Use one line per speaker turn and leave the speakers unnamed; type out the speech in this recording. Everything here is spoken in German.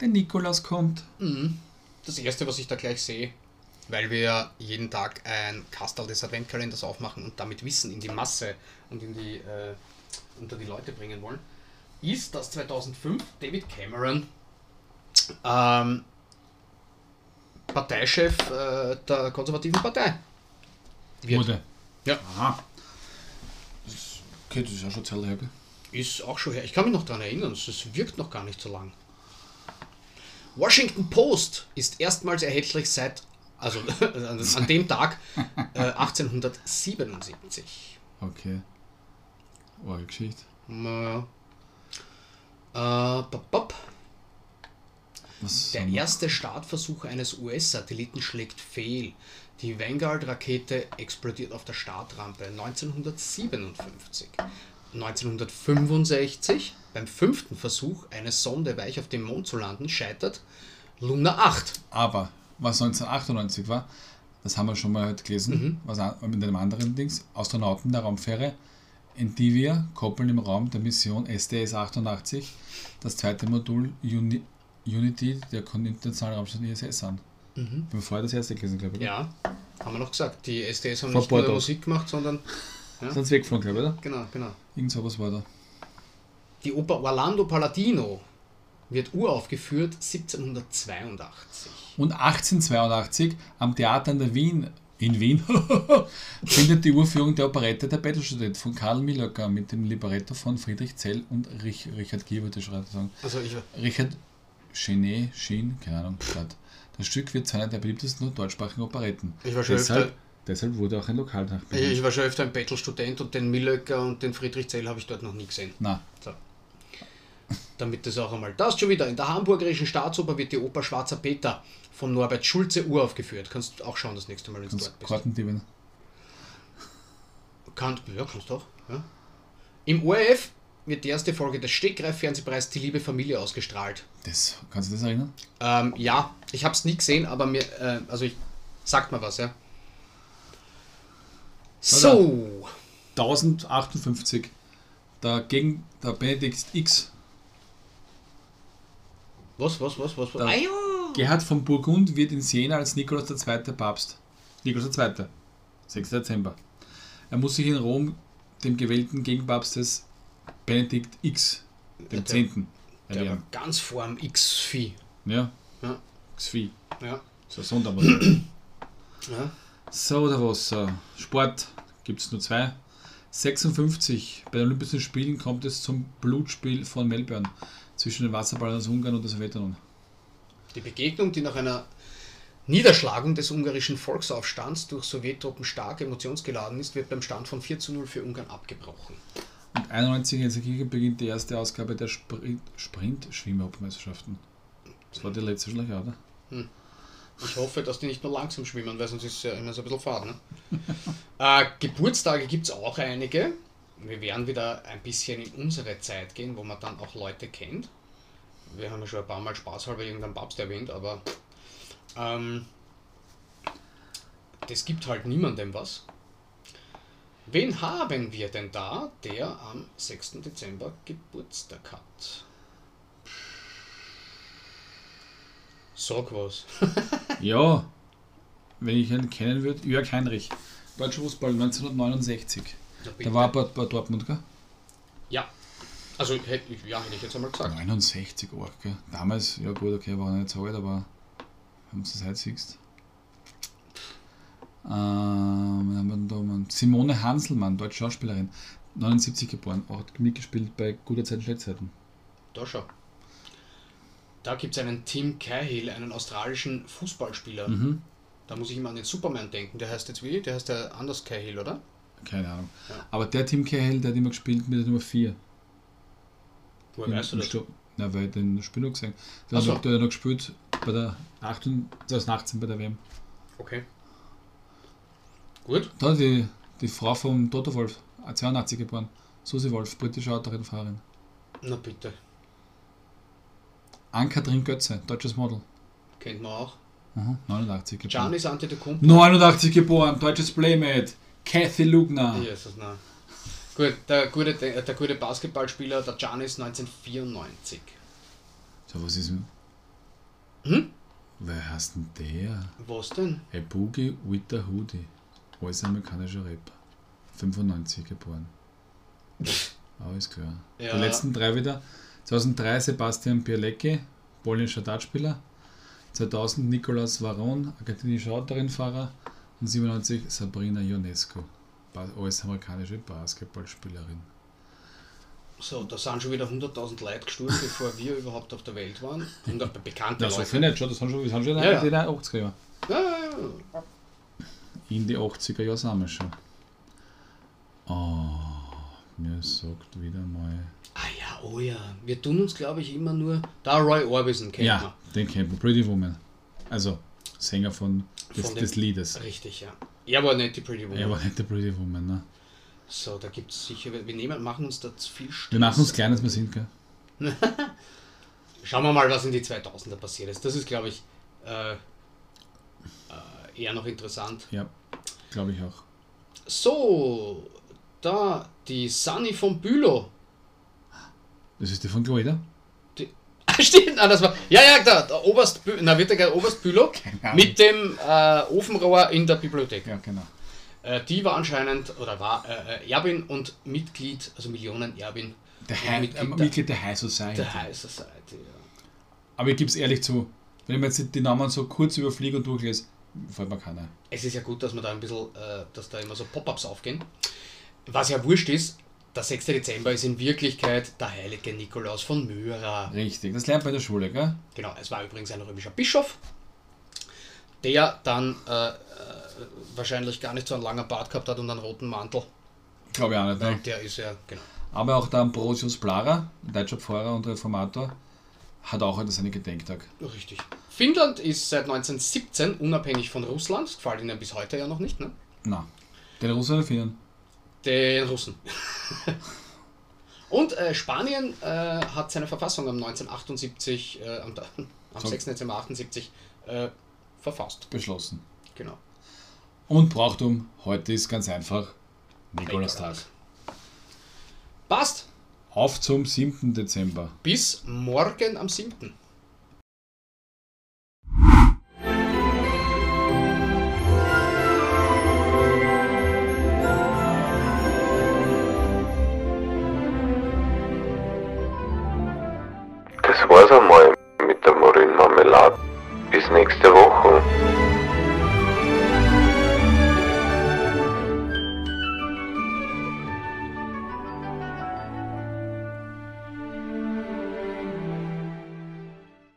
Nikolaus kommt.
Mhm. Das erste, was ich da gleich sehe, weil wir jeden Tag ein Kastal des Adventkalenders aufmachen und damit Wissen in die Masse und in die, äh, unter die Leute bringen wollen, ist, dass 2005 David Cameron ähm, Parteichef äh, der konservativen Partei wird.
Wurde.
Ja.
Aha.
Okay, das ist ja schon Zeit her, gell?
Ist auch schon her. Ich kann mich noch daran erinnern, es- es wirkt noch gar nicht so lang. Washington Post ist erstmals erhältlich seit, also an an dem Tag, äh, 1877.
Okay. War Geschichte.
Naja. Äh, bop, bop.
Was
Der
haben wir?
erste Startversuch eines US-Satelliten schlägt fehl. Die Vanguard-Rakete explodiert auf der Startrampe 1957. 1965, beim fünften Versuch, eine Sonde weich auf dem Mond zu landen, scheitert Luna 8.
Aber, was 1998 war, das haben wir schon mal heute gelesen, was an- mit einem anderen Dings, Astronauten der Raumfähre Endivia koppeln im Raum der Mission STS-88 das zweite Modul Uni Unity der Kon- internationalen Raumstation ISS an.
Mhm.
Ich bin vorher das erste gelesen, glaube ich. oder?
Ja, haben wir noch gesagt. Die SDS haben
Vor
nicht nur
Bordeaux.
Musik gemacht, sondern.
Sonst weggeflogen, glaube ich, oder?
Genau, genau.
Irgend sowas war da.
Die Oper Orlando Paladino wird uraufgeführt 1782.
Und 1882 am Theater in der Wien, in Wien, findet die Urführung der Operette Der Bettelstudent von Karl Millöcker mit dem Libretto von Friedrich Zell und Rich, Richard Gier, würde ich schon sagen.
Also ich.
Richard Chenet, Schien, keine Ahnung, Stadt. Das Stück wird zu einer der beliebtesten und deutschsprachigen Operetten.
Ich war schon
Deshalb,
öfter-
deshalb wurde auch ein Lokal nach
Ich, ich war schon öfter ein Battle-Student und den Millöcker und den Friedrich Zell habe ich dort noch nie gesehen.
Na,
So. Damit das auch einmal. Das schon wieder. In der hamburgerischen Staatsoper wird die Oper Schwarzer Peter von Norbert Schulze uraufgeführt. Kannst du auch schauen das nächste Mal, wenn du
ganz
dort bist.
Kartendieben.
Kann, ja, kannst du auch. Ja. Im ORF wird die erste Folge des Stegreif-Fernsehpreis Die liebe Familie ausgestrahlt.
Das, kannst du das erinnern?
Ähm, ja, ich habe es nie gesehen, aber mir, äh, also ich, sagt mal was, ja. So,
1058. Der, Gegen, der Benedikt X
was, was, was, was, was?
Da-
Ah, ja.
Gerhard von Burgund wird in Siena als Nikolaus II. Papst. Nikolaus II. 6. Dezember. Er muss sich in Rom dem gewählten Gegenpapst des Benedikt X,
Der-
dem 10.
Der war
erwehren.
ganz vor dem X-Vieh.
Ja,
Ja,
Xvi.
ja,
So ein Sondermodell.
ja.
So, oder was? äh, Sport gibt es nur zwei. 56. Bei den Olympischen Spielen kommt es zum Blutspiel von Melbourne zwischen den Wasserballern aus Ungarn und der Sowjetunion.
Die Begegnung, die nach einer Niederschlagung des ungarischen Volksaufstands durch Sowjettruppen stark emotionsgeladen ist, wird beim Stand von 4 zu 0 für Ungarn abgebrochen.
Und 91 in Gelsenkirchen beginnt die erste Ausgabe der Sprint- Sprint-Schwimmhochmeisterschaften. das war die letzte schon oder?
Ich hoffe, dass die nicht nur langsam schwimmen, weil sonst ist es ja immer so ein bisschen fad. Ne? äh, Geburtstage gibt es auch einige. Wir werden wieder ein bisschen in unsere Zeit gehen, wo man dann auch Leute kennt. Wir haben ja schon ein paar Mal spaßhalber irgendeinen Papst erwähnt, aber ähm, das gibt halt niemandem was. Wen haben wir denn da, der am 6. Dezember Geburtstag hat? Sag was.
Ja, wenn ich ihn kennen würde, Jörg Heinrich. Deutscher Fußball 1969.
Na bitte.
Der war bei, bei Dortmund, gell?
Ja. Also, hätte ich, ja, hätte ich jetzt einmal gesagt.
69 auch, gell? Damals, ja gut, okay, war noch nicht so alt, aber haben sie das heute siehst. Ähm, wen haben wir denn da, Mann? Simone Hanselmann, deutsche Schauspielerin, 79 geboren, auch hat mitgespielt bei Guter Zeiten, Schlechtzeiten.
Da schau. Da gibt es einen Tim Cahill, einen australischen Fußballspieler.
Mhm.
Da muss ich immer an den Superman denken. Der heißt jetzt wie? Der heißt der anders Cahill, oder?
Keine Ahnung.
Ja.
Aber der Tim Cahill, der hat immer gespielt mit der Nummer 4.
Woher
Im-
weißt du
im
das?
Sto- Na, weil ich den Spiel noch gesehen Der,
Ach
hat
so.
noch, der hat noch gespielt bei der 18, 2018 bei der WM.
Okay. Gut.
Da die, die Frau vom Toto Wolf, 82 geboren. Susi Wolf, britische Autorin, Fahrerin.
Na bitte.
Ann-Kathrin Götze, deutsches Model.
Kennt man auch.
Aha, 89 geboren.
Giannis Antetokounmpo.
89 geboren, deutsches Playmate. Kathy Lugner.
Ah, Jesus, nein. Gut, der gute, De- der gute Basketballspieler, der Giannis 1994.
So, was ist denn?
Hm?
Wer heißt denn der?
Was denn?
A Boogie with a Hoodie. US-amerikanischer Rapper. 95 geboren. Alles klar.
Ja.
Die letzten drei wieder. 2003 Sebastian Bialecki, polnischer Dartspieler. 2000 Nicolas Varon, argentinischer Autorennfahrer. Und 97 Sabrina Ionesco, Ba- US-amerikanische Basketballspielerin.
So, da sind schon wieder 100.000 Leute gestorben, bevor wir überhaupt auf der Welt waren. Und auch bekannte
Das hoffe
Leute.
ich nicht, schon, das haben schon, das haben schon
Ja, ja.
die 80er Jahre.
Ja, ja, ja.
In die 80er Jahre sind wir schon. Oh, mir sagt wieder mal.
Ah ja, oh ja. Wir tun uns, glaube ich, immer nur... Da Roy Orbison kennt
ja, den kennt man. Pretty Woman. Also, Sänger von, des,
Von dem-
des Liedes.
man. Richtig, ja. Er war nicht die Pretty Woman.
Er war nicht der Pretty Woman, ne?
So, da gibt es sicher... Wir nehmen, machen uns da zu viel Stress.
Wir machen uns klein, als wir sind, gell?
Schauen wir mal, was in die 2000er passiert ist. Das ist, glaube ich, äh, äh, eher noch interessant.
Ja, glaube ich auch.
So, da die Sunny von Bülow.
Das ist die von Gloeda?
Ah, Stimmt, ah, das war. Ja, ja, da, der Oberst Bülow, na, wird der gerade Oberst Bülow
Ahnung.
mit dem äh, Ofenrohr in der Bibliothek.
Ja, genau.
Äh, die war anscheinend, oder war äh, äh, Erbin und Mitglied, also Millionen-Erbin
Der
Ja,
High,
Mitglied
äh,
der-
Mitglied der High Society.
der High Society. Ja.
Aber ich gebe es ehrlich zu, wenn ich mir jetzt die Namen so kurz überfliege und durchlese, fällt mir keiner. ein.
Es ist ja gut, dass man da ein bisschen, äh, dass da immer so Pop-Ups aufgehen. Was ja wurscht ist, der 6. Dezember ist in Wirklichkeit der heilige Nikolaus von Myra.
Richtig, das lernt man in der Schule, gell?
Genau, es war übrigens ein römischer Bischof, der dann äh, äh, wahrscheinlich gar nicht so einen langen Bart gehabt hat und einen roten Mantel.
Glaube ich auch nicht,
Weil
ne?
der ist ja, genau.
Aber auch der Ambrosius Blara, ein deutscher Pfarrer und Reformator, hat auch heute seinen Gedenktag.
Richtig. Finnland ist seit 1917 unabhängig von Russland. Das gefällt ihnen bis heute ja noch nicht, ne?
Na, den Russen oder Finnen?
Den Russen. Und äh, Spanien äh, hat seine Verfassung am 1978, äh, am, am
So.
6. Dezember 78 äh, verfasst.
Beschlossen.
Genau.
Und Brauchtum, heute ist ganz einfach Nikolaustag.
Passt.
Auf zum 7. Dezember.
Bis morgen am 7.
Das war's einmal mit der Marillenmarmelade. Bis nächste Woche.